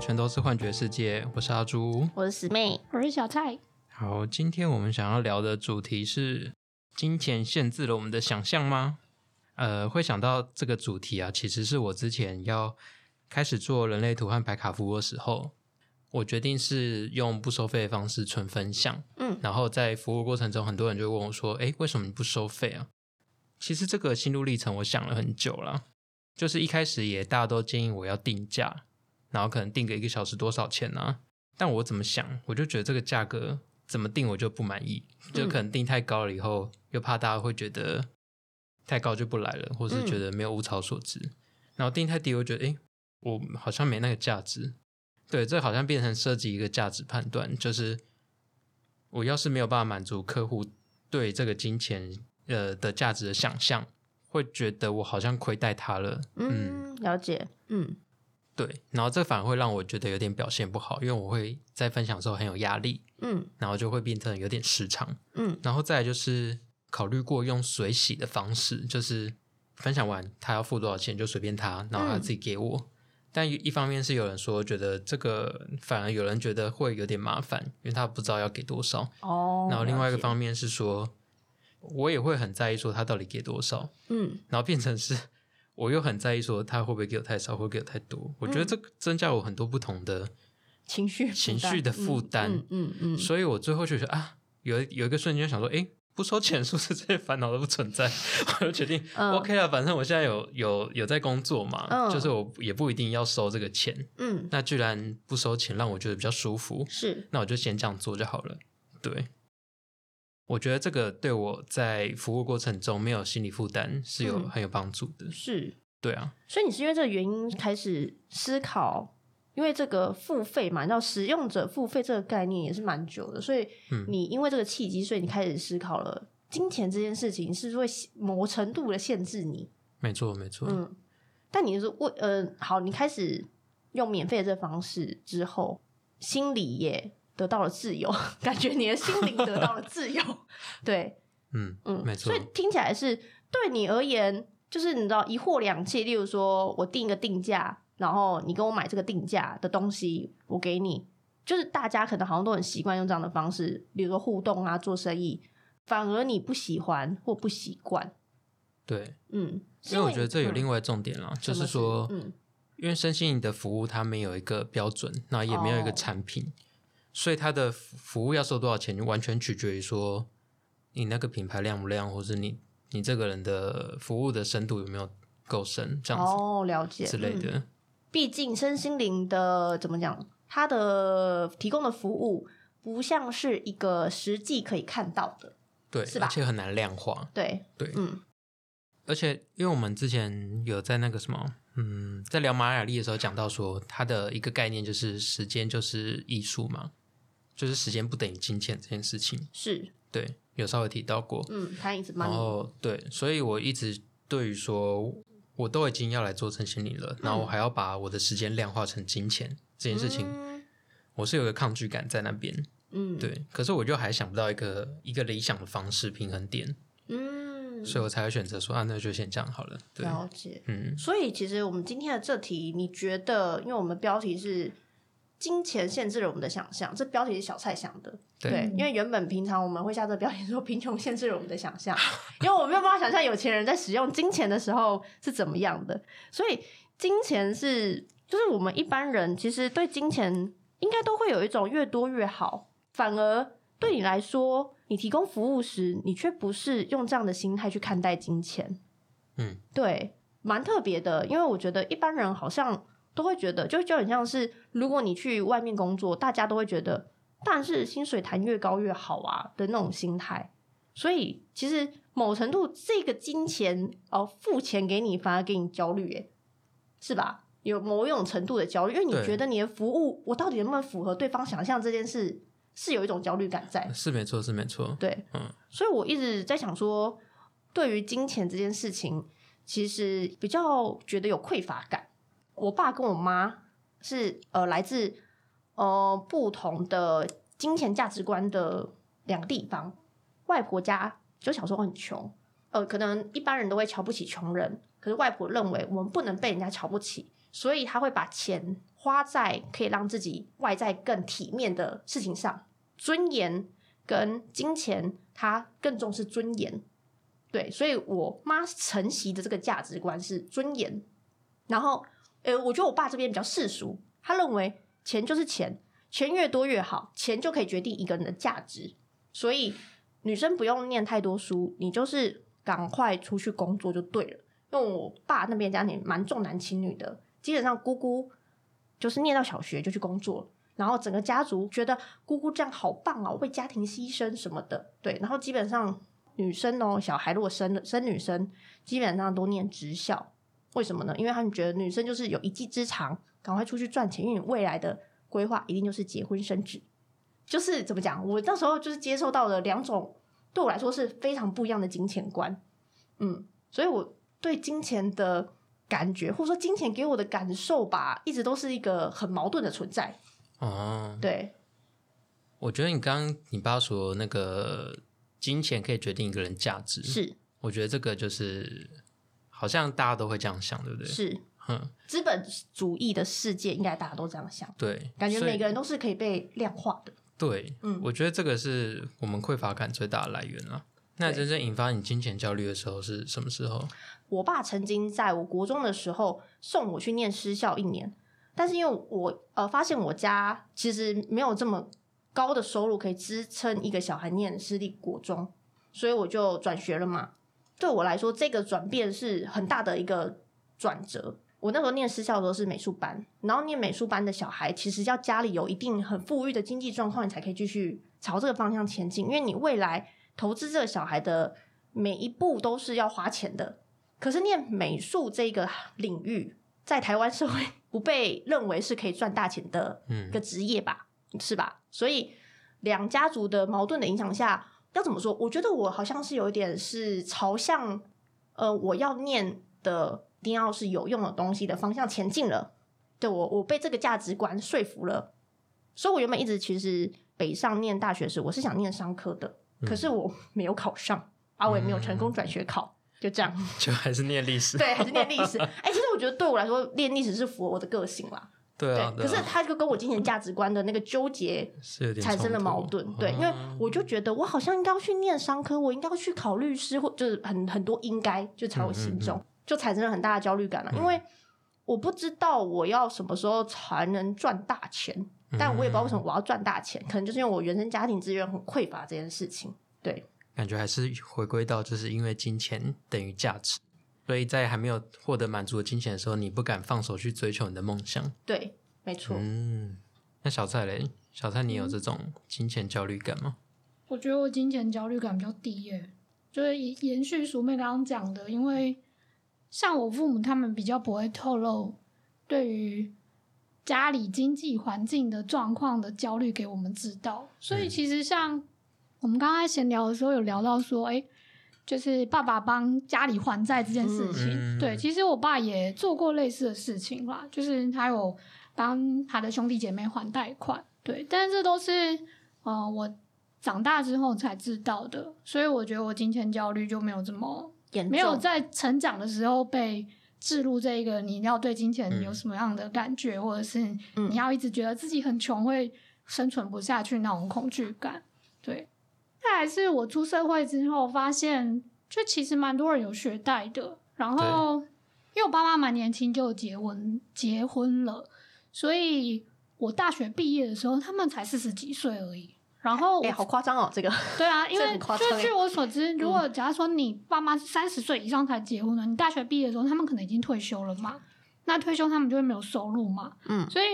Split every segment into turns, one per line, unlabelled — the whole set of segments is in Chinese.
全都是幻觉世界，我是阿朱。
我是师妹，
我是小蔡，
好，今天我们想要聊的主题是：金钱限制了我们的想象吗？呃，会想到这个主题啊，其实是我之前要开始做人类图和白卡服务的时候，我决定是用不收费的方式纯分享。
嗯
然后在服务过程中，很多人就会问我说：“诶，为什么你不收费啊？”其实这个心路历程，我想了很久了。就是一开始也大家都建议我要定价，然后可能定个一个小时多少钱啊？但我怎么想，我就觉得这个价格怎么定我就不满意，就可能定太高了以后，又怕大家会觉得太高就不来了，或是觉得没有物超所值。然后定太低，我觉得诶，我好像没那个价值。对，这好像变成涉及一个价值判断，就是我要是没有办法满足客户对这个金钱呃的价值的想象，会觉得我好像亏待他了。嗯，
嗯，了解，嗯
对。然后这反而会让我觉得有点表现不好，因为我会在分享的时候很有压力，
嗯
然后就会变成有点失常。
嗯
然后再来就是考虑过用水洗的方式，就是分享完他要付多少钱就随便他，然后他自己给我。但一方面是有人说觉得这个，反而有人觉得会有点麻烦，因为他不知道要给多少。
哦
然后另外一个
面，
方面是说，我也会很在意说他到底给多少，
嗯
然后变成是我又很在意说他会不会给我太少，会不会给我太多。我觉得这个增加我很多不同的
情绪负担
情绪的负担，
嗯嗯嗯
所以我最后就觉得啊，有有一个瞬间想说，哎，不收钱是不是这些烦恼都不存在？ 我就决定、
嗯
OK 了，反正我现在有有有在工作嘛，
嗯
就是我也不一定要收这个钱。
嗯嗯
那居然不收钱，让我觉得比较舒服，
是
那我就先这样做就好了。对，我觉得这个对我在服务过程中没有心理负担是有
嗯
很有帮助的。
是，
对啊，
所以你是因为这个原因开始思考，因为这个付费嘛，你知道使用者付费这个概念也是蛮久的，所以
嗯
你因为这个契机，所以你开始思考了金钱这件事情是不是会某程度的限制你，
没错没错。
嗯，但你是为呃，好，你开始用免费的这方式之后，心里也得到了自由， 感觉你的心灵得到了自由。 对，
嗯
嗯，
没错
所以听起来是对你而言，就是你知道一货两讫。例如说我定一个定价，然后你跟我买这个定价的东西，我给你，就是大家可能好像都很习惯用这样的方式，比如说互动啊，做生意。反而你不喜欢或不习惯，
对，
嗯，是
因为我觉得
你
这有
嗯
另外一个重点啦，就
什
是
么
说，
嗯
因为身心灵的服务它没有一个标准，那也没有一个
哦
产品，所以它的服服务要收多少钱，完全取决于说你那个品牌亮不亮，或是你你这个人的服务的深度有没有够深，这样子
哦，了解
之类。
嗯
的。
毕竟身心灵的怎么讲，它的提供的服务不像是一个实际可以看到的，
对，
是吧
而且很难量化。
对
对
嗯
而且，因为我们之前有在那个什么，嗯，在聊马雅历的时候讲到说，它的一个概念就是时间就是艺术嘛，就是时间不等于金钱这件事情。
是
对，有稍微提到过。
嗯，它一直
然
蛮
后对，所以我一直对于说，我都已经要来做身心灵了，然后我还要把我的时间量化成金钱这件事情，
嗯
我是有个抗拒感在那边。
嗯
对，可是我就还想不到一个一个理想的方式平衡点，
嗯，
所以我才会选择说啊，那就先这样好了。对，
了解。
嗯，
所以其实我们今天的这题，你觉得，因为我们标题是“金钱限制了我们的想象”，这标题是小蔡想的，
对
对，因为原本平常我们会下这个标题说“贫穷限制了我们的想象”，因为我没有办法想象有钱人在使用金钱的时候是怎么样的，所以金钱是就是我们一般人其实对金钱应该都会有一种越多越好，反而对你来说，你提供服务时，你却不是用这样的心态去看待金钱，
嗯，
对，蛮特别的，因为我觉得一般人好像都会觉得，就就很像是如果你去外面工作，大家都会觉得，但是薪水谈越高越好啊的那种心态。所以其实某程度，这个金钱哦、呃付钱给你，反而给你焦虑，诶，是吧？有某一种程度的焦虑，因为你
对
觉得你的服务，我到底能不能符合对方想象这件事，是有一种焦虑感在。
是没错，是没错。
对，
嗯
所以我一直在想说，对于金钱这件事情，其实比较觉得有匮乏感。我爸跟我妈是呃来自呃不同的金钱价值观的两个地方。外婆家就小时候很穷，呃，可能一般人都会瞧不起穷人，可是外婆认为我们不能被人家瞧不起，所以她会把钱花在可以让自己外在更体面的事情上，尊严跟金钱，他更重视尊严。对，所以我妈承袭的这个价值观是尊严。然后，呃，我觉得我爸这边比较世俗，他认为钱就是钱，钱越多越好，钱就可以决定一个人的价值。所以，女生不用念太多书，你就是赶快出去工作就对了。因为我爸那边家庭蛮重男轻女的，基本上姑姑就是念到小学就去工作了，然后整个家族觉得姑姑这样好棒哦，为家庭牺牲什么的，对，然后基本上女生哦，小孩如果生了生女生，基本上都念职校，为什么呢？因为他们觉得女生就是有一技之长，赶快出去赚钱，因为你未来的规划一定就是结婚生子，就是怎么讲，我那时候就是接受到了两种对我来说是非常不一样的金钱观，嗯，所以我。对金钱的感觉，或者说金钱给我的感受吧，一直都是一个很矛盾的存在。
哦，
对，
我觉得你刚刚你爸说那个金钱可以决定一个人价值，
是
我觉得这个就是好像大家都会这样想，对不对？
是，
嗯，
资本主义的世界应该大家都这样想，
对，
感觉
所以
每个人都是可以被量化的。
对，
嗯
我觉得这个是我们匮乏感最大的来源了。那
对
真正引发你金钱焦虑的时候是什么时候？
我爸曾经在我国中的时候送我去念私校一年，但是因为我呃发现我家其实没有这么高的收入可以支撑一个小孩念私立国中，所以我就转学了嘛。对我来说，这个转变是很大的一个转折。我那时候念私校的时候是美术班，然后念美术班的小孩，其实要家里有一定很富裕的经济状况，你才可以继续朝这个方向前进，因为你未来投资这个小孩的每一步都是要花钱的，可是念美术这个领域，在台湾社会不被认为是可以赚大钱的
嗯
一个职业吧，是吧？所以两家族的矛盾的影响下，要怎么说？我觉得我好像是有一点是朝向，呃，我要念的一定要是有用的东西的方向前进了。对我，我被这个价值观说服了，所以我原本一直其实北上念大学时，我是想念商科的，可是我没有考上，啊，我也没有成功转学考，就这样。
就还是念历史？
对，还是念历史。哎、其实我觉得对我来说，念历史是符合我的个性啦。
对啊，
可
对
是
啊
它就跟我金钱价值观的那个纠结
是有点
产生了
冲突
矛盾。对，因为
哦
我就觉得我好像应该要去念商科，我应该要去考律师，或就是很很多应该就在
嗯
我心中、就产生了很大的焦虑感了、因为我不知道我要什么时候才能赚大钱，
嗯
但我也不知道为什么我要赚大钱，可能就是因为我原生家庭资源很匮乏这件事情。对，
感觉还是回归到，就是因为金钱等于价值，所以在还没有获得满足的金钱的时候，你不敢放手去追求你的梦想。
对，没错。
嗯，那小蔡嘞，小蔡你有这种金钱焦虑感吗？
我觉得我金钱焦虑感比较低耶、就是延延续鼠妹刚刚讲的，因为像我父母他们比较不会透露对于家里经济环境的状况的焦虑给我们知道，所以
嗯
其实像我们刚才闲聊的时候有聊到说，哎、就是爸爸帮家里还债这件事情，
嗯
对，其实我爸也做过类似的事情啦，就是他有帮他的兄弟姐妹还贷款，对，但是这都是呃我长大之后才知道的，所以我觉得我金钱焦虑就没有这么
严重
没有在成长的时候被置入这个你要对金钱有什么样的感觉，或者是
嗯
你要一直觉得自己很穷会生存不下去那种恐惧感。对，再来是我出社会之后发现，就其实蛮多人有学贷的，然后因为我爸妈蛮年轻就结婚结婚了，所以我大学毕业的时候他们才四十几岁而已。然后我
哎、好夸张哦，这个
对啊，因
这
为
很夸张
就
欸
据我所知，如果假如说你爸妈是三十岁以上才结婚的，你大学毕业的时候，他们可能已经退休了嘛。那退休他们就会没有收入嘛，
嗯
所以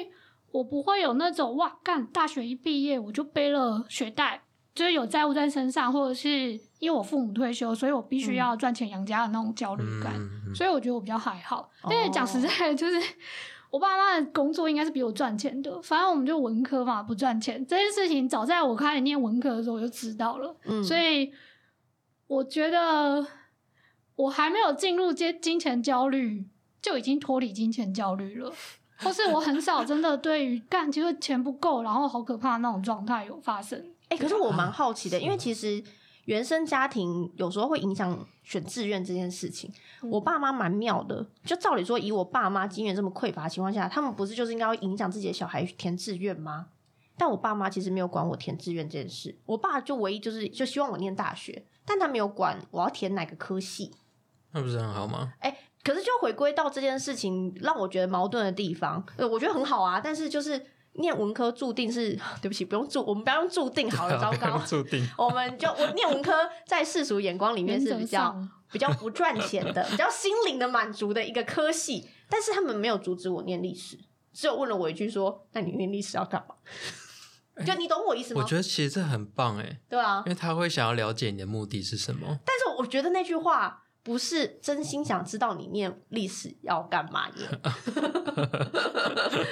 我不会有那种哇，干大学一毕业我就背了学贷，就是有债务在身上，或者是因为我父母退休，所以我必
嗯
须要赚钱养家的那种焦虑感。
嗯
所以我觉得我比较还好。但是
哦
讲实在，的，就是 我爸妈的工作应该是比我赚钱的，反正我们就文科嘛，不赚钱这件事情，早在我开始念文科的时候我就知道了，
嗯，
所以我觉得我还没有进入接金钱焦虑，就已经脱离金钱焦虑了。或是我很少真的对于干，其实钱不够，然后好可怕那种状态有发生。
哎、可是我蛮好奇的，因为其实原生家庭有时候会影响选志愿这件事情。我爸妈蛮妙的，就照理说，以我爸妈经验这么匮乏的情况下，他们不是就是应该要影响自己的小孩填志愿吗？但我爸妈其实没有管我填志愿这件事，我爸就唯一就是就希望我念大学，但他没有管我要填哪个科系。
那不是很好吗？
哎、可是就回归到这件事情，让我觉得矛盾的地方，呃，我觉得很好啊，但是就是念文科注定是， 对不起，不用注，我们不要用注定好 了，糟糕，
注定。
我们就我念文科在世俗眼光里面
原
是
则
比较
上
比较不赚钱的、比较心灵的满足的一个科系，但是他们没有阻止我念历史，只有问了我一句说：“那你念历史要干嘛？”就你懂我意思
哎我
吗？
觉得其实这很棒哎，
对啊
因，为他会想要了解你的目的是什么。
但是我觉得那句话不是真心想知道你念历史要干嘛耶，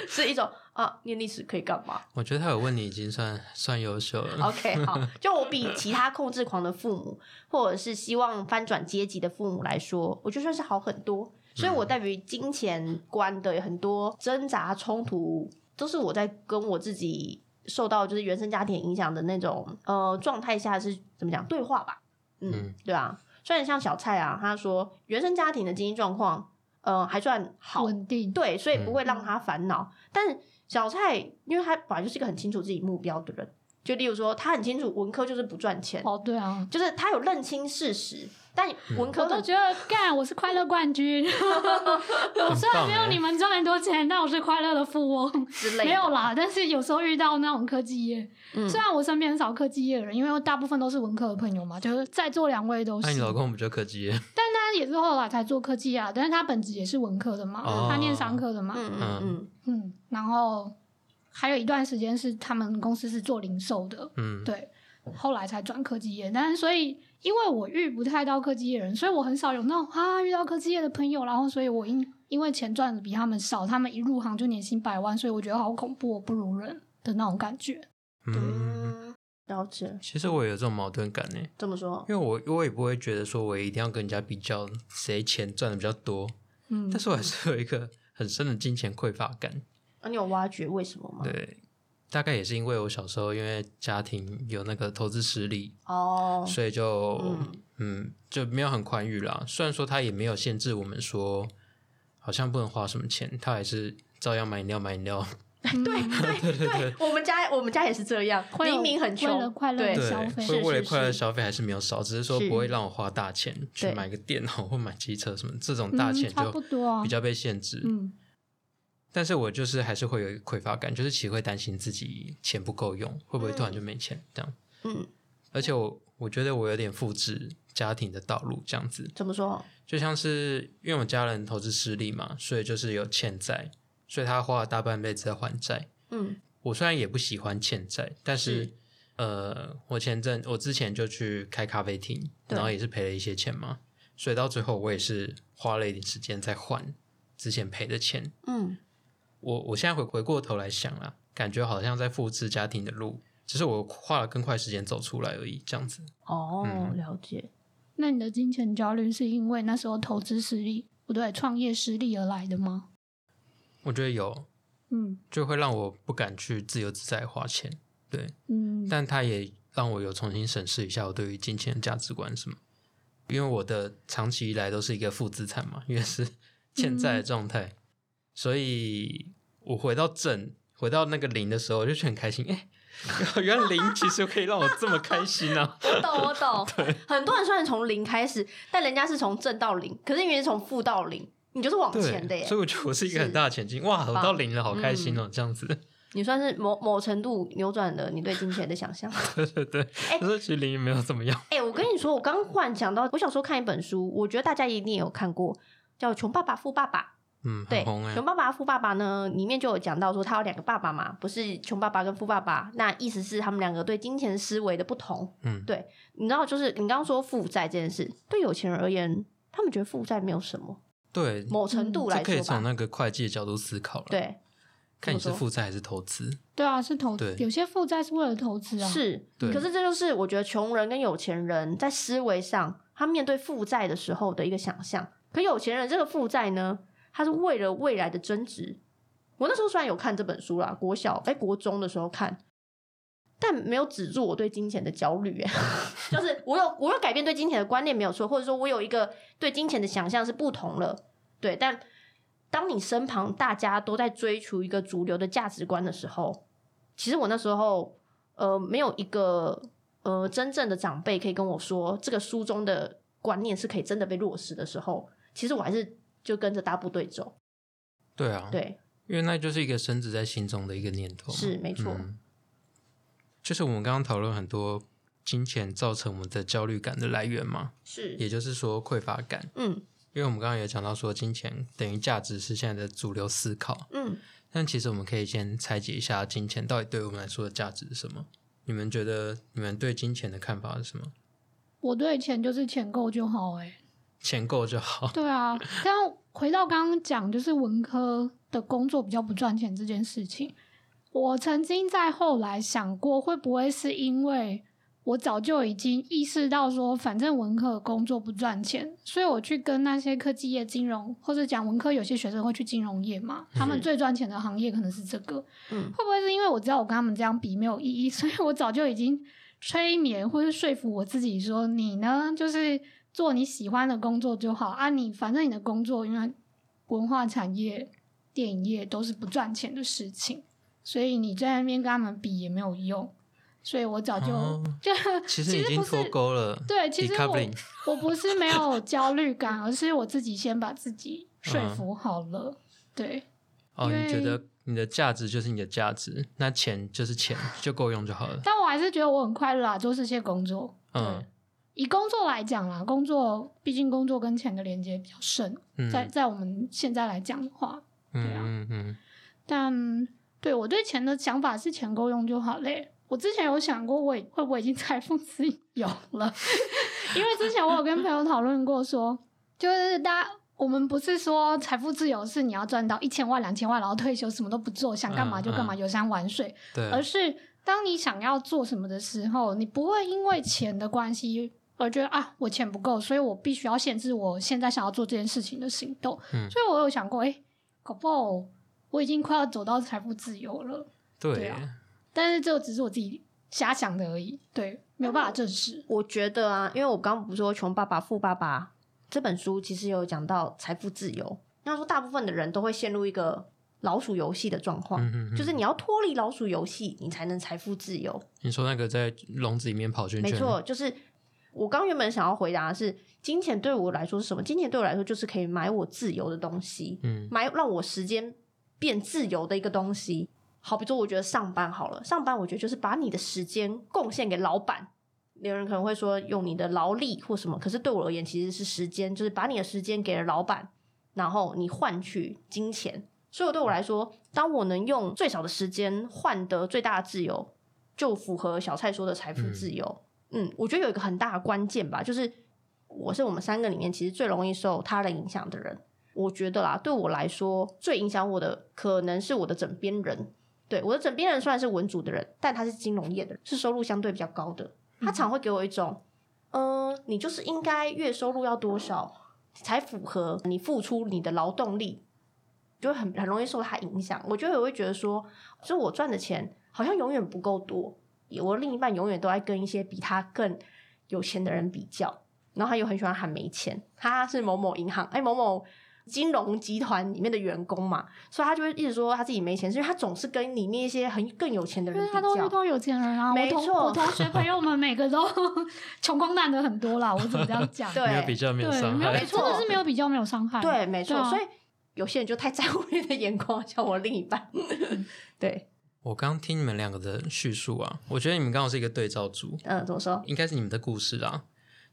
是一种啊，念历史可以干嘛？
我觉得他有问你已经算算优秀了。
OK，好，就我比其他控制狂的父母，或者是希望翻转阶级的父母来说，我就算是好很多。所以，我对于金钱观的很多挣扎冲突，都是我在跟我自己受到就是原生家庭影响的那种呃状态下是怎么讲对话吧？嗯，
嗯
对啊。虽然像小蔡啊，他说原生家庭的经济状况，呃，还算好，
稳定，
对，所以不会让他烦恼。但小蔡，因为他本来就是一个很清楚自己目标的人，就例如说，他很清楚文科就是不赚钱，
哦，对啊，
就是他有认清事实。但文科
我都
的
觉得干，我是快乐冠军。 我哦虽
欸
然没 有你们赚很多钱，但我是快乐的富翁。
之类的
没有，啦，但是有时候遇到那种科技业，
嗯
虽然我身边很少科技业的人，因为大部分都是文科的朋友嘛，就是在座两位都
那、你
是。
老公不就科技业？
但他也是后来才做科技啊，但是他本职也是文科的嘛，
哦
他念商科的嘛，
嗯嗯嗯，
嗯，然后还有一段时间是他们公司是做零售的，
嗯，
对，后来才转科技业。但是所以，因为我遇不太到科技业人，所以我很少有那种啊遇到科技业的朋友。然后，所以我因因为钱赚的比他们少，他们一入行就年薪百万，所以我觉得好恐怖，我不如人的那种感觉。
嗯。
嗯，了解。
其实我也有这种矛盾感呢，欸
这么说，
因为我我也不会觉得说我一定要跟人家比较谁钱赚的比较多，
嗯
但，是我还是有一个很深的金钱匮乏感。
那、啊你有挖掘为什么吗？
对，大概也是因为我小时候因为家庭有那个投资实力，
哦，
所以就
嗯
嗯就没有很宽裕啦。虽然说他也没有限制我们说，好像不能花什么钱，他还是照样买饮料买饮料。
嗯
对对对，我们家我们家也是这样，
会有
明明很
为了
穷，
快乐
对
的消费，
所以
是
为了
是
快乐
是
消费还是没有少，只是说
是
不会让我花大钱去
对
买个电脑或买机车什么，这种
嗯
大钱
差不
就
多啊
比，较被限制。
嗯，
但是我就是还是会有一个匮乏感，就是其实会担心自己钱不够用，会不会突然就没钱、这样。
嗯，
而且我我觉得我有点复制家庭的道路这样子，
怎么说？
就像是因为我家人投资失利嘛，所以就是有欠债，所以他花了大半辈子在还债。
嗯
我虽然也不喜欢欠债，但是呃，我前阵我之前就去开咖啡厅，
对
然后也是赔了一些钱嘛，所以到最后我也是花了一点时间在还之前赔的钱。
嗯，
我我现在回回过头来想啦，感觉好像在复制家庭的路，只是我花了更快时间走出来而已，这样子。
哦，
嗯
了解。
那你的金钱焦虑是因为那时候投资实力不对，创业失利而来的吗？
我觉得有
嗯
就会让我不敢去自由自在花钱，对，
嗯，
但它也让我有重新审视一下我对于金钱的价值观是什么，因为我的长期以来都是一个负资产嘛，因为
嗯
是欠债的状态，所以我回到正，回到那个零的时候，我就觉得很开心，哎、 原来零其实可以让我这么开心 啊！
我懂，我 懂。很多人虽然从零开始，但人家是从正到零，可是你是从负到零，你就是往前的
对，
耶
所。以我觉得我是一个
是嗯
很大的前进，哇，我到零了，好开心哦、这样子，
你算是某某程度扭转了你对金钱的想 象。
对对对，
哎
可是其实零也没有怎么样，
哎、我跟你说，我刚忽然想到，我小时候看一本书，我觉得大家一定也有看过，叫《穷爸爸富爸爸》。
嗯，
对，
很红哎、
穷爸爸富爸爸》呢，里面就有讲到说他有两个爸爸嘛，不是穷爸爸跟富爸爸，那意思是他们两个对金钱思维的不同。
嗯
对，你知道，就是你刚刚说负债这件事，对有钱人而言，他们觉得负债没有什么，
对，
某程度来
这可以
说吧，
从那个会计的角度思考了。，
对，
看你
怎
是
么说
负债还是投资。
对啊，是投
对
有些负债是为了投资啊，
是，
对
可是这就是我觉得穷人跟有钱人在思维上，他面对负债的时候的一个想象。可有钱人这个负债呢，他是为了未来的增值。我那时候虽然有看这本书啦，国小哎、国中的时候看，但没有止住我对金钱的焦虑、欸，就是我有我有改变对金钱的观念没有错，或者说我有一个对金钱的想象是不同了，对。但当你身旁大家都在追求一个主流的价值观的时候，其实我那时候呃没有一个呃真正的长辈可以跟我说这个书中的观念是可以真的被落实的时候，其实我还是就跟着大部队走，
对啊，，
对，
因为那就是一个深植在心中的一个念头嘛，
是没错，
嗯，就是我们刚刚讨论很多金钱造成我们的焦虑感的来源嘛，
是，
也就是说匮乏感。
嗯
因为我们刚刚有讲到说，金钱等于价值是现在的主流思考，
嗯。
但其实我们可以先拆解一下金钱到底对我们来说的价值是什么。你们觉得你们对金钱的看法是什么？
我对钱就是钱够就好、欸，
钱够就好，
对啊，但回到刚刚讲，就是文科的工作比较不赚钱这件事情，我曾经在后来想过，会不会是因为我早就已经意识到说，反正文科的工作不赚钱，所以我去跟那些科技业、金融或者讲文科，有些学生会去金融业嘛，他们
嗯
最赚钱的行业可能是这个，
嗯
会不会是因为我知道我跟他们这样比没有意义， 所以我早就已经催眠或是说服我自己说，你呢就是做你喜欢的工作就好啊你，反正你的工作因为文化产业、电影业都是不赚钱的事情，所以你在那边跟他们比也没有用，所以我早啊就、
哦
就
其实已经
不是
脱钩了。
对，其实我
Decoupling
我不是没有焦虑感，而是我自己先把自己说服好了，对。
哦，
因为
你觉得你的价值就是你的价值，那钱就是钱，就够用就好了。
但我还是觉得我很快乐啊，做这些工作。
嗯
对，以工作来讲啦，工作毕竟工作跟钱的连接比较深，
嗯
在在我们现在来讲的话，
嗯
对啊
嗯嗯，
但对我对钱的想法是钱够用就好嘞。我之前有想过，我也会不会已经财富自由了？ 因为之前我有跟朋友讨论过说就是大家我们不是说财富自由是你要赚到一千万、两千万，然后退休什么都不做，想干嘛就干嘛，
嗯嗯
游山玩水。
对，
而是当你想要做什么的时候，你不会因为钱的关系而觉得啊，我钱不够，所以我必须要限制我现在想要做这件事情的行动。
嗯
所以我有想过，哎、搞不好我已经快要走到财富自由了，
对
对啊但是这只是我自己瞎想的而已，对，没有办法证实。
我觉得啊，因为我刚刚不是说《穷爸爸富爸爸》这本书其实有讲到财富自由，那说大部分的人都会陷入一个老鼠游戏的状况，
嗯嗯嗯
就是你要脱离老鼠游戏，你才能财富自由。
你说那个在笼子里面跑圈
没
圈，
错，就是我刚原本想要回答的是，金钱对我来说是什么？金钱对我来说就是可以买我自由的东西，
嗯
买让我时间变自由的一个东西。好比说，我觉得上班好了，上班我觉得就是把你的时间贡献给老板。有人可能会说用你的劳力或什么，可是对我而言其实是时间，就是把你的时间给了老板，然后你换取金钱。所以对我来说，当我能用最少的时间换得最大的自由，就符合小蔡说的财富自由。嗯我觉得有一个很大的关键吧，就是我是我们三个里面其实最容易受他人影响的人。我觉得啦，对我来说最影响我的可能是我的枕边人。对我的枕边人虽然是文组的人，但他是金融业的人，是收入相对比较高的。他常会给我一种，嗯、你就是应该月收入要多少才符合你付出你的劳动力，就会很很容易受他影响。我觉得我会觉得说，就我赚的钱好像永远不够多，我另一半永远都在跟一些比他更有钱的人比较，然后他又很喜欢喊没钱，他是某某银行哎某某金融集团里面的员工嘛，所以他就会一直说他自己没钱，是因为他总是跟里面一些很更有钱的
因
人
为
比
他都遇
较。
到有钱人啊，我
没
同
错
我同学朋友们每个都 穷光蛋的很多啦，我只能这样讲。
对
没有比较没有
对，
伤
没有
害，
没错
真的是没有比较，没有伤害。
对，没错。
对啊
所以有些人就太在乎你的眼光，像我另一半。
嗯
对，
我刚听你们两个的叙述啊，我觉得你们刚好是一个对照组，
嗯、怎么说？
应该是你们的故事啦。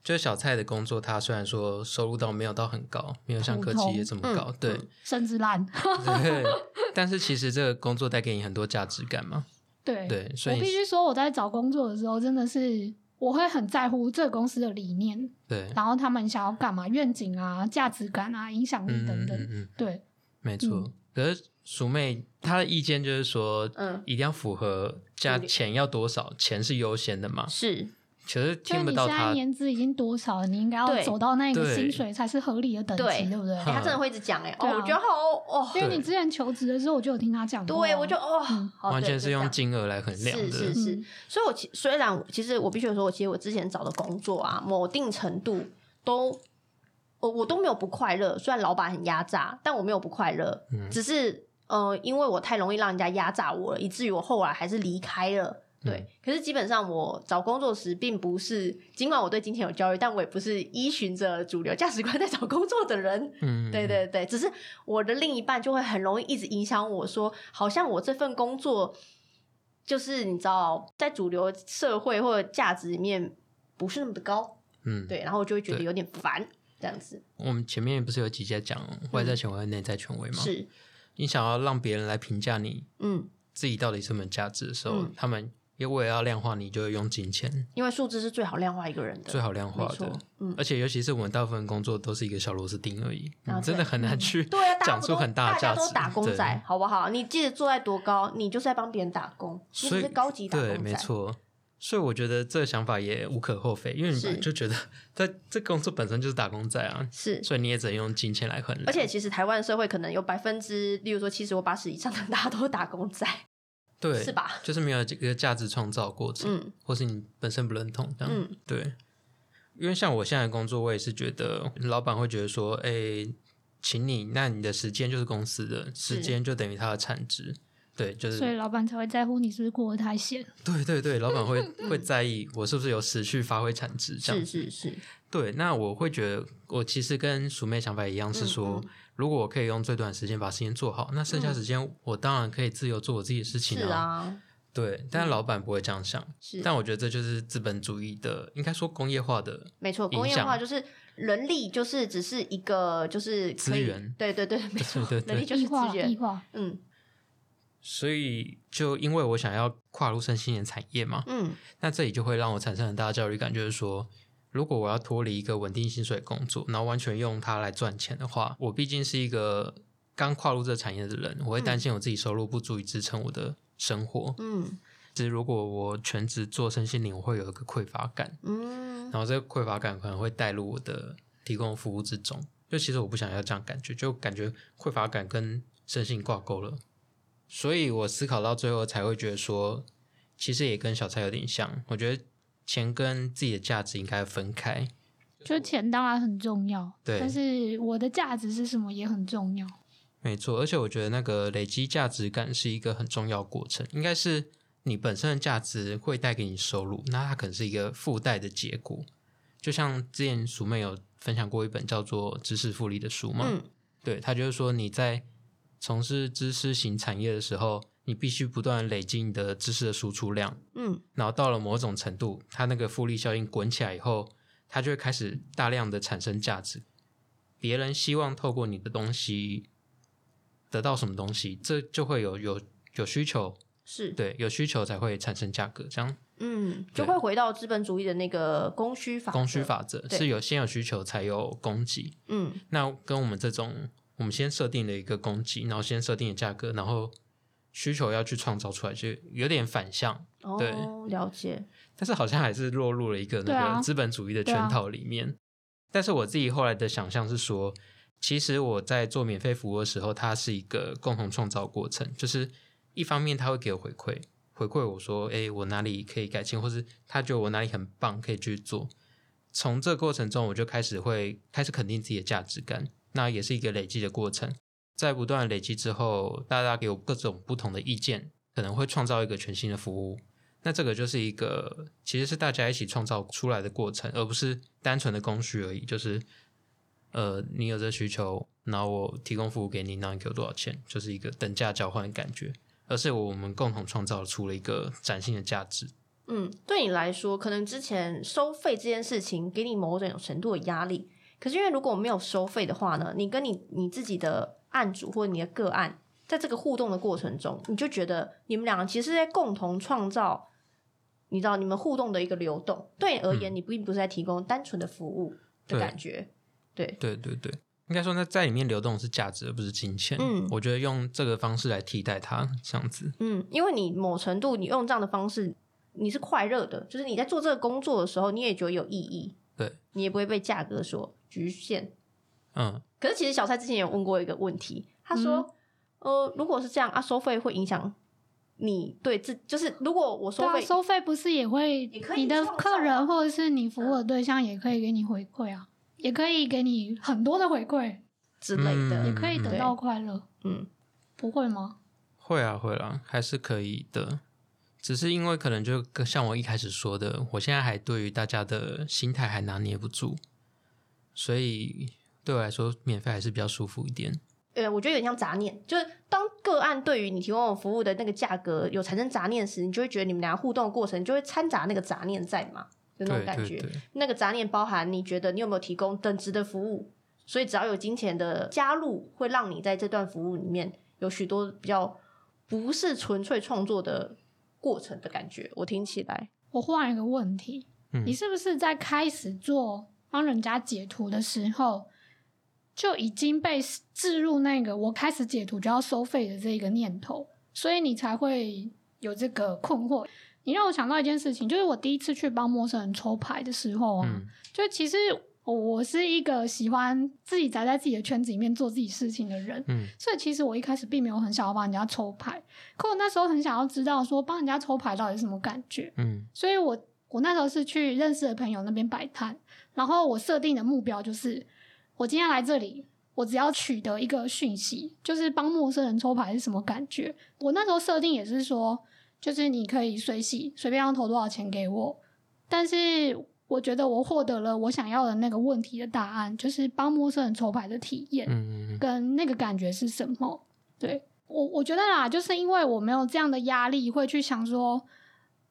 就是小蔡的工作，他虽然说收入到没有到很高，没有像科技业这么高，
嗯
对、
甚至烂。嗯
对， 但是其实这个工作带给你很多价值感嘛，
对，
对，所以
我必
你
须说，我在找工作的时候，真的是我会很在乎这个公司的理念，
对，
然后他们想要干嘛、愿景啊、价值感啊、影响力
嗯
等
嗯
等。
嗯嗯，
对，
没错。可是鼠妹她的意见就是说，
嗯
一定要符合加
主流
钱要多少，钱是优先的嘛，
是，
其实
就
听
是
不
你
到
啊
现在
他，
年资已经多少了，你应该要
对
走到那个
对
薪水才是合理的等级，
对
对不对？
哎他
嗯
真的会一直讲哎、
对啊
哦，我觉得好哦，
因为
对
你之前求职的时候，我就有听他讲过啊。嗯
对我就哦，好
完
对
全
就是这
用
样
金额来衡量的。
是是是，所以我其虽然我其实我必须说，我其实我之前找的工作啊，某定程度都我我都没有不快乐，虽然老板很压榨，但我没有不快乐，
嗯
只是呃，因为我太容易让人家压榨我了，以至于我后来还是离开了。对，
嗯
可是基本上我找工作时，并不是尽管我对金钱有焦虑，但我也不是依循着主流价值观在找工作的人。
嗯，
对对对，只是我的另一半就会很容易一直影响我说，好像我这份工作就是你知道，在主流社会或者价值里面不是那么的高，
嗯，
对，然后我就会觉得
对
有点烦，这样子
我们前面不是有几节讲外在权威、内在权威吗？
嗯是，
你想要让别人来评价你
嗯，
自己到底什么价值的时候，
嗯
他们因为要量化你，就会用金钱
因为数字是最好量化一个人的，
最好量化
没错
的。，
嗯，
而且尤其是我们大部分工作都是一个小螺丝钉而已，
啊
你真的
对
很难去
对啊，大家
讲
不
出
都
很
大
的价
家
值。
都打工
对
仔，好不好？你即使坐在多高，你就是在帮别人打工，你
所
只
以
是高级打工仔，
对，没错。所以我觉得这个想法也无可厚非，因为你本来
是
就觉得 在这工作本身就是打工仔啊，
是。
所以你也只能用金钱来衡量。
而且，其实台湾社会可能有百分之，例如说七十或八十以上的大家都是打工仔，
对，
是？吧？
就是没有这个价值创造过程，
嗯
或是你本身不认同这样。
嗯，
对，因为像我现在的工作，我也是觉得老板会觉得说，哎、请你，那你的时间就是公司的时间，就等于它的产值。对，就是
所以老板才会在乎你是不是过得太闲。
对对对，老板 会会在意我是不是有持续发挥产值这样
是
子。
是是，
对，那我会觉得，我其实跟鼠妹想法一样，是说，
嗯
如果我可以用最短时间把事情做好，那剩下时间我当然可以自由做我自己的事情
是啊，
对，但老板不会这样想。
是。
哦但我觉得这就是资本主义的，应该说工业化的，
没错，
影
工业化
响
就是人力，就是只是一个就是可以
资源
对对对，没 错，
对对对
人力就是
异化
资
啦，
源
异，化。
嗯
所以就因为我想要跨入身心灵产业嘛，
嗯，
那这里就会让我产生很大的焦虑感，就是说，如果我要脱离一个稳定薪水的工作，然后完全用它来赚钱的话，我毕竟是一个刚跨入这产业的人，我会担心我自己收入不足以支撑我的生活。
嗯
其实如果我全职做身心灵，我会有一个匮乏感，
嗯，
然后这个匮乏感可能会带入我的提供服务之中。就其实我不想要这样感觉，就感觉匮乏感跟身心挂钩了。所以我思考到最后才会觉得说，其实也跟小蔡有点像。我觉得钱跟自己的价值应该分开。
就钱当然很重要，
对
但是我的价值是什么也很重要。
没错，而且我觉得那个累积价值感是一个很重要的过程，应该是你本身的价值会带给你收入，那它可能是一个附带的结果。就像之前鼠妹有分享过一本叫做《知识复利》的书嘛，
嗯
对，它就是说你在从事知识型产业的时候，你必须不断地累积你的知识的输出量，
嗯
然后到了某种程度，它那个复利效应滚起来以后，它就会开始大量的产生价值。别人希望透过你的东西得到什么东西，这就会有有有需求，
是，
对，有需求才会产生价格。这样
嗯，就
对
会回到资本主义的那个供需法，
供需，法则
对
是有先有需求才有供给。
嗯
那跟我们这种，我们先设定了一个供给，然后先设定了价格，然后需求要去创造出来，就有点反向，对
哦，了解，
但是好像还是落入了一个
对
那
啊
个资本主义的圈套里面。但是我自己后来的想象是说，其实我在做免费服务的时候，它是一个共同创造过程，就是一方面他会给我回馈，回馈我说，诶，我哪里可以改进，或是他觉得我哪里很棒，可以去做。从这过程中，我就开始会开始肯定自己的价值感，那也是一个累积的过程。在不断的累积之后，大家给我各种不同的意见，可能会创造一个全新的服务。那这个就是一个其实是大家一起创造出来的过程，而不是单纯的供需而已。就是呃，你有这需求，然后我提供服务给你，然后你给我多少钱，就是一个等价交换的感觉，而是我们共同创造出了一个崭新的价值。
嗯，对你来说，可能之前收费这件事情给你某种程度的压力，可是因为如果没有收费的话呢，你跟你你自己的案主或你的个案，在这个互动的过程中，你就觉得你们两个其实在共同创造，你知道你们互动的一个流动。对你而言，
嗯
你并不是在提供单纯的服务的
对
感觉。对，
对对对，应该说那在里面流动的是价值，而不是金钱。
嗯
我觉得用这个方式来替代它，这样子。
嗯，因为你某程度你用这样的方式，你是快乐的，就是你在做这个工作的时候，你也觉得有意义，
对，
你也不会被价格所局限。
嗯，
可是其实小蔡之前有问过一个问题，他
嗯
说：“呃，如果是这样啊，收费会影响你对自，就是如果我
对
收
啊，
费，
收费不是也会
也可，以
你的
创造
客
啊
人或者是你服务的对象也可以给你回馈啊，也可以给你很多的回馈，
之类的，
嗯
也可以得
对
到快乐，
嗯，
不会吗？
会啊会啦，还是可以的。只是因为可能就跟像我一开始说的，我现在还对于大家的心态还拿捏不住，所以对我来说，免费还是比较舒服一点。
呃，我觉得有点像杂念，就是当个案对于你提供的服务的那个价格有产生杂念时，你就会觉得你们俩互动的过程就会掺杂那个杂念在嘛，就那
对
种感
对
觉。
对，
那个杂念包含你觉得你有没有提供等值的服务，所以只要有金钱的加入，会让你在这段服务里面有许多比较不是纯粹创作的过程的感觉。我听起来，
我换一个问题，
嗯
你是不是在开始做帮人家解图的时候，就已经被置入那个我开始解图就要收费的这个念头，所以你才会有这个困惑？你让我想到一件事情，就是我第一次去帮陌生人抽牌的时候啊，
嗯
就其实我我是一个喜欢自己宅在自己的圈子里面做自己事情的人，
嗯
所以其实我一开始并没有很想要帮人家抽牌，可我那时候很想要知道说帮人家抽牌到底是什么感觉。
嗯
所以我我那时候是去认识的朋友那边摆摊，然后我设定的目标就是，我今天来这里，我只要取得一个讯息，就是帮陌生人抽牌是什么感觉。我那时候设定也是说，就是你可以随喜随便要投多少钱给我，但是我觉得我获得了我想要的那个问题的答案，就是帮陌生人抽牌的体验。
嗯嗯
跟那个感觉是什么。对我，我觉得啦，就是因为我没有这样的压力，会去想说，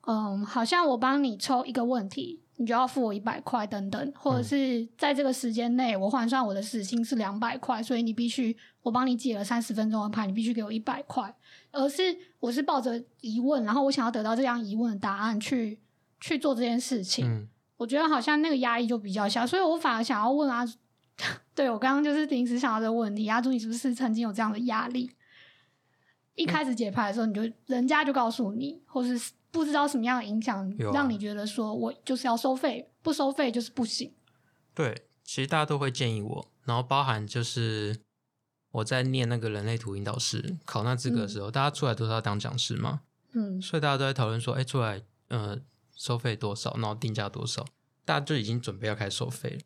嗯，好像我帮你抽一个问题，你就要付我一百块等等，或者
嗯
是在这个时间内，我换算我的时薪是两百块，所以你必须，我帮你解了三十分钟的牌，你必须给我一百块，而是我是抱着疑问，然后我想要得到这样疑问的答案去去做这件事情。
嗯
我觉得好像那个压力就比较小，所以我反而想要问阿朱， 对我刚刚就是临时想到这个问题，阿朱，你是不是曾经有这样的压力？
嗯
一开始解牌的时候，你就人家就告诉你，或是不知道什么样的影响，
有啊
让你觉得说我就是要收费，不收费就是不行。
对，其实大家都会建议我，然后包含就是我在念那个人类图引导师考那资格的时候，大家出来都是要当讲师嘛，
嗯，
所以大家都在讨论说，哎，出来呃收费多少，然后定价多少，大家就已经准备要开始收费了，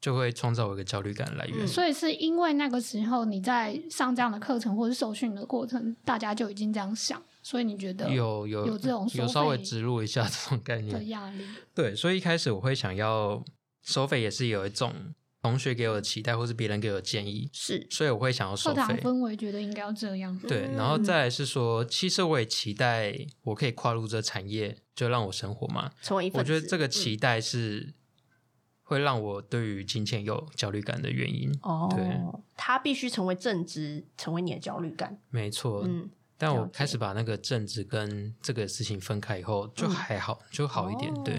就会创造我一个焦虑感来源。
嗯
所以是因为那个时候你在上这样的课程或是受训的过程，大家就已经这样想，所以你觉得
有有
有这种收
有稍微
费
植入一下 这种概
的
念，
压力。
对，所以一开始我会想要收费，也是有一种同学给我的期待，或是别人给我的建议，
是
所以我会想要
课
收
堂
费。
氛围觉嗯得应该要这样。
对，然后再来是说，其实我也期待我可以跨入这产业，就让我生活嘛。
成为一份
我
子，
觉得这个
嗯
期待是会让我对于金钱有焦虑感的原因。对
哦，它必须成为正直，成为你的焦虑感。
没错，
嗯，
但我
了解嗯
开始把那个政治跟这个事情分开以后，就还好，就好一点。
哦
对。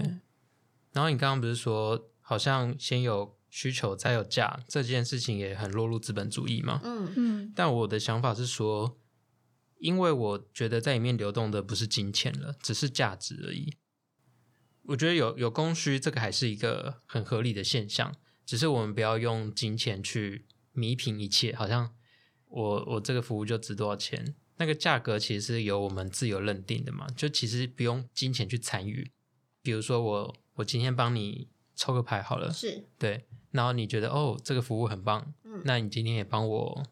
然后你刚刚不是说，好像先有需求再有价，这件事情也很落入资本主义嘛？
嗯
嗯，
但我的想法是说，因为我觉得在里面流动的不是金钱了，只是价值而已。我觉得有有供需，这个还是一个很合理的现象，只是我们不要用金钱去弥平一切，好像我我这个服务就值多少钱，那个价格其实是由我们自由认定的嘛，就其实不用金钱去参与。比如说我我今天帮你抽个牌好了，
是
对，然后你觉得哦，这个服务很棒，
嗯
那你今天也帮我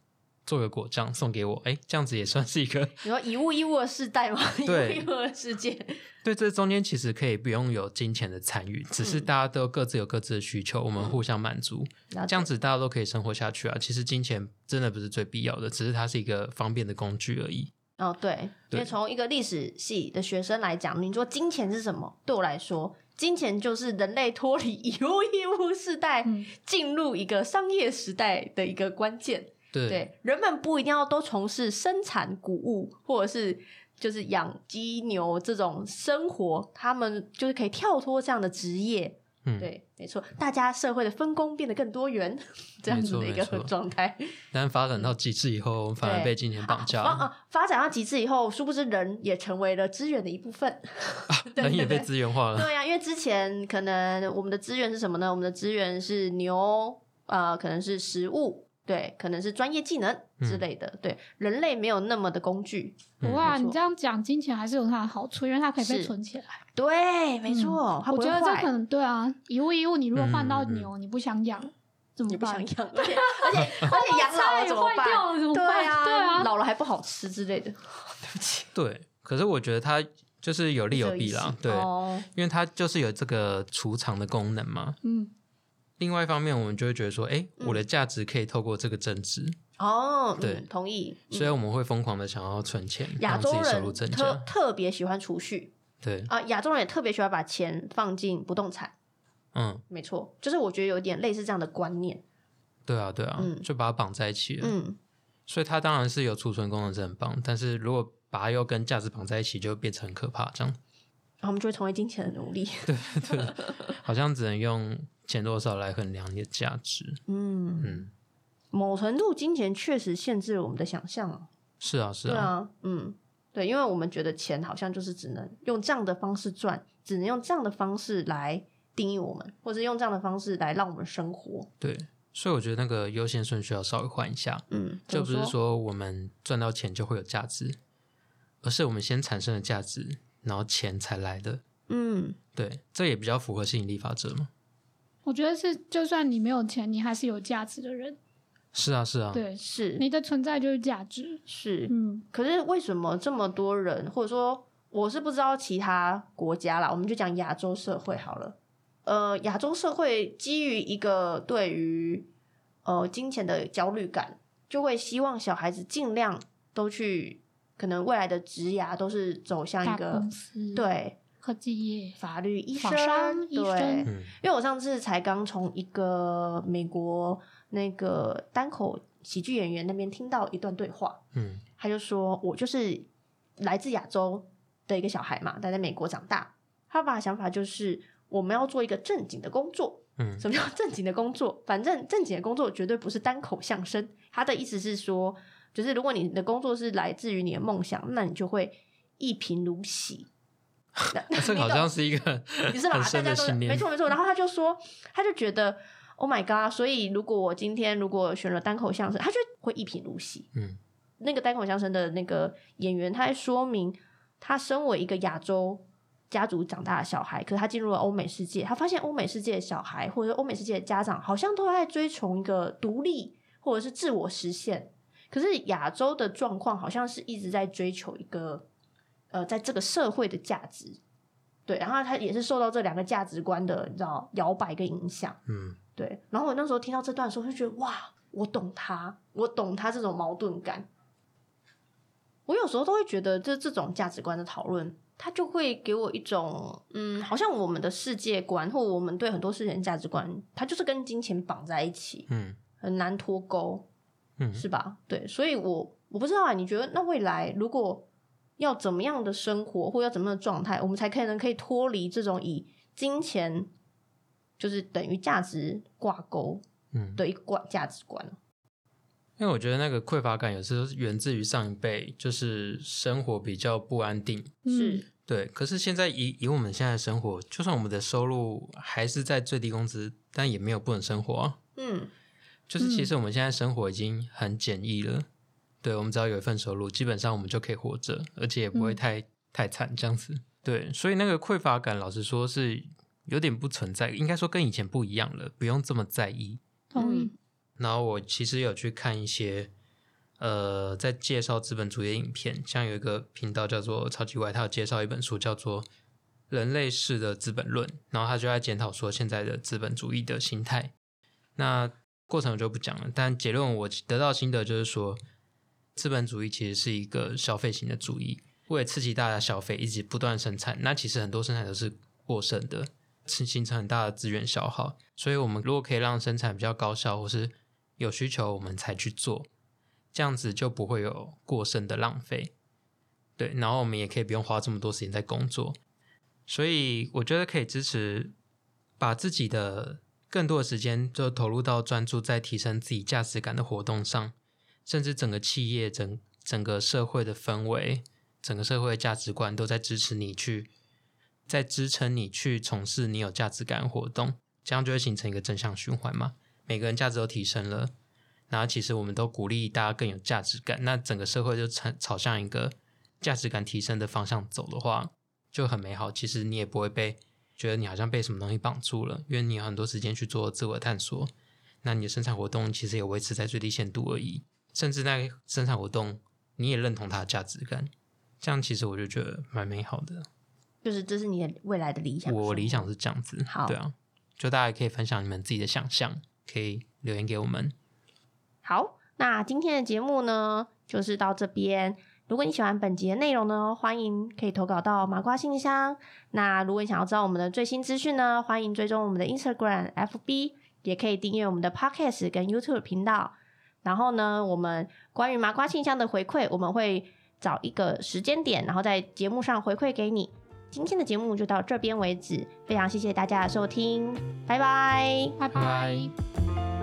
做个果酱送给我，哎，这样子也算是一个
你说以物易物的世代吗？以物
对
易物的世界，
对。这中间其实可以不用有金钱的参与，只是
嗯
大家都各自有各自的需求，我们互相满足，
然后
这样子大家都可以生活下去啊。其实金钱真的不是最必要的，只是它是一个方便的工具而已。
哦，对，因
对
为从一个历史系的学生来讲，你说金钱是什么？对我来说，金钱就是人类脱离以物易物时代，
嗯
进入一个商业时代的一个关键。
对，
对，人们不一定要都从事生产谷物，或者是就是养鸡牛这种生活，他们就是可以跳脱这样的职业，
嗯，
对，没错，大家社会的分工变得更多元，这样子的一
没
个
错没错
状态。
但发展到极致以后，我们反而
对
被金钱绑架
啊发
了，
啊发展到极致以后，殊不知人也成为了资源的一部分。对
人也被
对
资源化了。
对啊呀、因为之前可能我们的资源是什么呢？我们的资源是牛，呃，可能是食物，对，可能是专业技能之类的。对，人类没有那么的工具。
嗯
不会啊，
没错
你这样讲，金钱还是有它的好处，因为它可以被
是
存起来。
对，没错，它
嗯我
不会
觉得这
坏
可。能 对啊，一物一物，你如果换到
嗯嗯嗯
牛，你不想养怎
你
么
不想
办？
养，而且而且 而且养老
菜
了
也
怎么
坏
办？
掉了怎么办？
对啊，
对啊，
老了还不好吃之类的。 对不起，
对，可是我觉得它就是有利有弊啦，对，
哦，
因为它就是有这个储藏的功能嘛。
嗯，
另外一方面，我们就会觉得说，哎，
嗯
我的价值可以透过这个增值，
哦，嗯
对
同意。嗯
所以我们会疯狂的想要存钱，
亚
让自
洲
己收入
人
增
特
加。
特别喜欢储蓄
对，
啊，亚洲人也特别喜欢把钱放进不动产。
嗯，
没错，就是我觉得有点类似这样的观念。
对啊，对啊，
嗯
就把它绑在一起了。
嗯，
所以它当然是有储存功能是很棒，但是如果把它又跟价值绑在一起，就变成很可怕。这样
然后我们就会成为金钱的奴隶。
好像只能用钱多少来衡量你的价值。
嗯，
嗯，
某程度金钱确实限制了我们的想象啊。
是啊，是
对
啊，
啊，嗯，对，因为我们觉得钱好像就是只能用这样的方式赚，只能用这样的方式来定义我们，或者用这样的方式来让我们生活。
对。所以我觉得那个优先顺序要稍微换一下，
嗯，
就不
怎么
是说我们赚到钱就会有价值，而是我们先产生了价值，然后钱才来的。
嗯，
对，这也比较符合吸引力法则嘛。
我觉得是，就算你没有钱，你还是有价值的人。
是啊，是啊，
对，
是
你的存在就是价值。
是，
嗯，
可是为什么这么多人，或者说我是不知道其他国家啦，我们就讲亚洲社会好了。呃，亚洲社会基于一个对于呃金钱的焦虑感，就会希望小孩子尽量都去，可能未来的职涯都是走向
大
一个
公司、
对
科技业，
法律、医生
法商、医
对
生，
嗯，
因为我上次才刚从一个美国那个单口喜剧演员那边听到一段对话，
嗯
他就说我就是来自亚洲的一个小孩嘛，但在美国长大。他爸爸的想法就是我们要做一个正经的工作。
嗯
什么叫正经的工作？反正正经的工作绝对不是单口相声。他的意思是说，就是如果你的工作是来自于你的梦想，那你就会一贫如洗。
啊这个好像是一个
你是吧？
很
大
深
家
的
都是
信念，
没错没错。然后他就说，他就觉得 Oh my God！所以如果我今天如果选了单口相声，他就会一贫如洗。
嗯
那个单口相声的那个演员，他在说明他身为一个亚洲家族长大的小孩，可是他进入了欧美世界，他发现欧美世界的小孩或者是欧美世界的家长，好像都在追求一个独立或者是自我实现。可是亚洲的状况好像是一直在追求一个呃，在这个社会的价值，对，然后他也是受到这两个价值观的你知道摇摆跟影响。
嗯，
对，然后我那时候听到这段的时候，就觉得哇，我懂他，我懂他这种矛盾感。我有时候都会觉得，这这种价值观的讨论，它就会给我一种，嗯，好像我们的世界观或我们对很多事情的价值观，它就是跟金钱绑在一起，
嗯
很难脱钩，
嗯
是吧？对，所以我我不知道啊，你觉得那未来如果要怎么样的生活，或要怎么样的状态，我们才可能可以脱离这种以金钱就是等于价值挂钩
嗯，
的一个观价值观啊？
因为我觉得那个匮乏感有时候是源自于上一辈，就是生活比较不安定。
嗯，
是，
对，可是现在以以我们现在的生活，就算我们的收入还是在最低工资，但也没有不能生活、啊。
嗯，
就是其
嗯
实我们现在生活已经很简易了，对我们只要有一份收入，基本上我们就可以活着，而且也不会
嗯
太、太惨这样子。对，所以那个匮乏感，老实说是有点不存在，应该说跟以前不一样了，不用这么在意。
同意
嗯。
然后我其实有去看一些呃，在介绍资本主义的影片，像有一个频道叫做超级外，他有介绍一本书叫做《人类式的资本论》，然后他就在检讨说现在的资本主义的心态。那过程我就不讲了，但结论我得到心得就是说，资本主义其实是一个消费型的主义，为了刺激大家消费，一直不断生产。那其实很多生产都是过剩的，是形成很大的资源消耗。所以，我们如果可以让生产比较高效，或是有需求，我们才去做，这样子就不会有过剩的浪费。对，然后我们也可以不用花这么多时间在工作。所以，我觉得可以支持。把自己的更多的时间就投入到专注在提升自己价值感的活动上，甚至整个企业、整整个社会的氛围、整个社会的价值观都在支持你去，在支撑你去从事你有价值感的活动，这样就会形成一个正向循环嘛。每个人价值都提升了，然后其实我们都鼓励大家更有价值感，那整个社会就朝朝向一个价值感提升的方向走的话，就很美好。其实你也不会被觉得你好像被什么东西绑住了，因为你有很多时间去做自我探索。那你的生产活动其实也维持在最低限度而已，甚至那个生产活动你也认同它的价值感，这样其实我就觉得蛮美好的。
就是这是你的未来的理想。
我理想是这样子，
好
对啊，就大家也可以分享你们自己的想象，可以留言给我们。
好，那今天的节目呢，就是到这边。如果你喜欢本集的内容呢，欢迎可以投稿到麻瓜信箱。那如果你想要知道我们的最新资讯呢，欢迎追踪我们的 Instagram、FB，也可以订阅我们的 Podcast 跟 YouTube 频道。然后呢，我们关于麻瓜信箱的回馈，我们会找一个时间点，然后在节目上回馈给你。今天的节目就到这边为止，非常谢谢大家的收听，拜拜。
拜
拜
拜。